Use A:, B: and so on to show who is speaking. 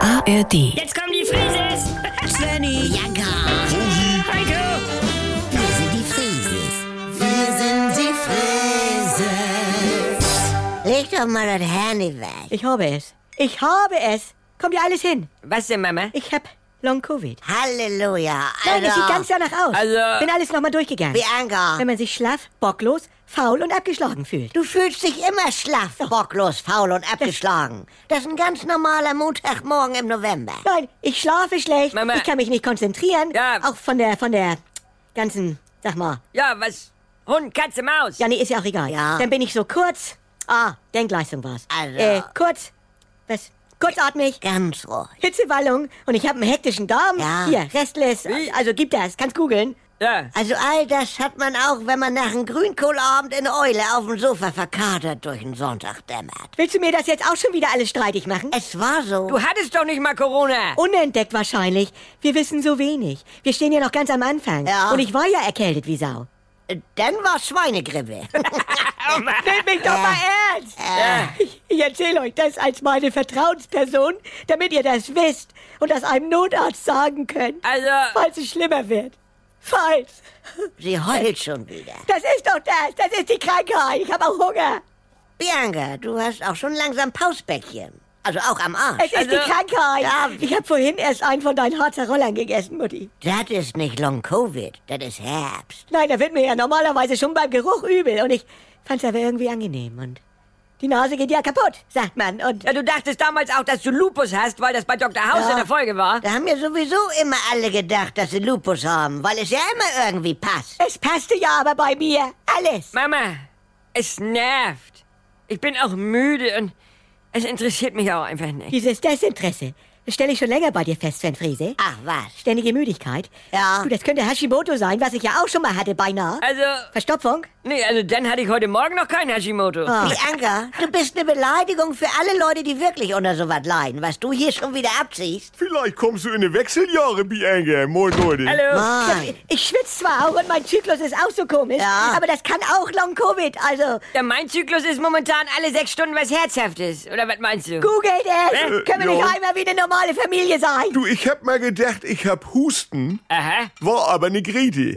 A: ARD.
B: Jetzt kommen die Frises!
C: Svenny,
D: Ja, gar.
B: Heiko!
D: Wir sind die Frieses. Wir sind die Frieses. Leg doch mal das Handy weg.
C: ich habe es. Ich habe es. Kommt ja alles hin.
B: Was denn, Mama?
C: Ich hab Long Covid.
D: Halleluja.
C: Nein, es
D: also,
C: sieht ganz Ähm, danach aus.
B: Also-
C: Bin alles nochmal durchgegangen.
D: Bianca,
C: Wenn man sich schlaff, bocklos, faul und abgeschlagen fühlt.
D: du fühlst dich immer schlaff, bocklos, faul und abgeschlagen. Das ist ein ganz normaler Montagmorgen im November.
C: Nein, ich schlafe schlecht.
B: Mama.
C: Ich kann mich nicht konzentrieren.
B: Ja.
C: Auch von der, von der ganzen, sag mal.
B: Ja, was? Hund, Katze, Maus!
C: Ja, nee, ist ja auch egal.
D: Ja.
C: Dann bin ich so kurz. Ah, Denkleistung war's.
D: Also.
C: Äh, kurz. Was? Kurzatmig.
D: Ganz ruhig.
C: Hitzewallung und ich habe einen hektischen Darm.
D: Ja.
C: Hier, restless. Also gib das, kannst googeln.
B: Ja.
D: Also all das hat man auch, wenn man nach einem Grünkohlabend in Eule auf dem Sofa verkatert durch den Sonntag dämmert.
C: Willst du mir das jetzt auch schon wieder alles streitig machen?
D: Es war so.
B: Du hattest doch nicht mal Corona!
C: Unentdeckt wahrscheinlich. Wir wissen so wenig. Wir stehen ja noch ganz am Anfang.
D: Ja.
C: Und ich war ja erkältet wie Sau.
D: Dann war Schweinegrippe.
C: Nehmt mich doch mal ernst.
D: Äh.
C: Ich, ich erzähle euch das als meine Vertrauensperson, damit ihr das wisst und das einem Notarzt sagen könnt,
B: Also,
C: falls es schlimmer wird. Falls.
D: Sie heult schon wieder.
C: Das ist doch das. Das ist die Krankheit. Ich habe auch Hunger.
D: Bianca, du hast auch schon langsam Pausbäckchen. Also auch am
C: Es
D: Arsch.
C: ist die Krankheit.
D: Ja.
C: Ich habe vorhin erst einen von deinen Harzer Rollern gegessen, Mutti.
D: Das ist nicht Long Covid, das ist Herbst.
C: Nein, da wird mir ja normalerweise schon beim Geruch übel. Und ich fand's aber irgendwie angenehm. Und die Nase geht ja kaputt, sagt man. Und
B: ja, du dachtest damals auch, dass du Lupus hast, weil das bei Dr. House
C: Ja.
B: in der Folge war.
D: Da haben ja sowieso immer alle gedacht, dass sie Lupus haben, weil es ja immer irgendwie passt.
C: es passte ja aber bei mir. Alles.
B: Mama, es nervt. Ich bin auch müde und es interessiert mich auch einfach nicht.
C: Dieses Desinteresse. Das stelle ich schon länger bei dir fest, Sven Friese.
D: Ach was.
C: Ständige Müdigkeit.
D: Ja.
C: Du, das könnte Hashimoto sein, was ich ja auch schon mal hatte, beinahe.
B: Also,
C: Verstopfung?
B: nee, also dann hatte ich heute Morgen noch keinen Hashimoto.
C: Ah.
D: Oh. Bianca, du bist eine Beleidigung für alle Leute, die wirklich unter sowas leiden, was du hier schon wieder abziehst.
E: Vielleicht kommst du in die Wechseljahre, Bianca. Moin, Leute.
B: Hallo?
D: Mann.
C: Ich schwitze zwar auch und mein Zyklus ist auch so komisch,
D: Ja.
C: aber das kann auch Long-Covid. Also,
B: Ja, mein Zyklus ist momentan alle sechs Stunden was Herzhaftes. Oder was meinst du?
C: googelt es.
E: Äh,
C: Können wir
E: ja.
C: nicht einmal wie eine normale Familie sein?
E: Du, ich hab mal gedacht, ich hab Husten,
B: Aha.
E: war aber ne Grete.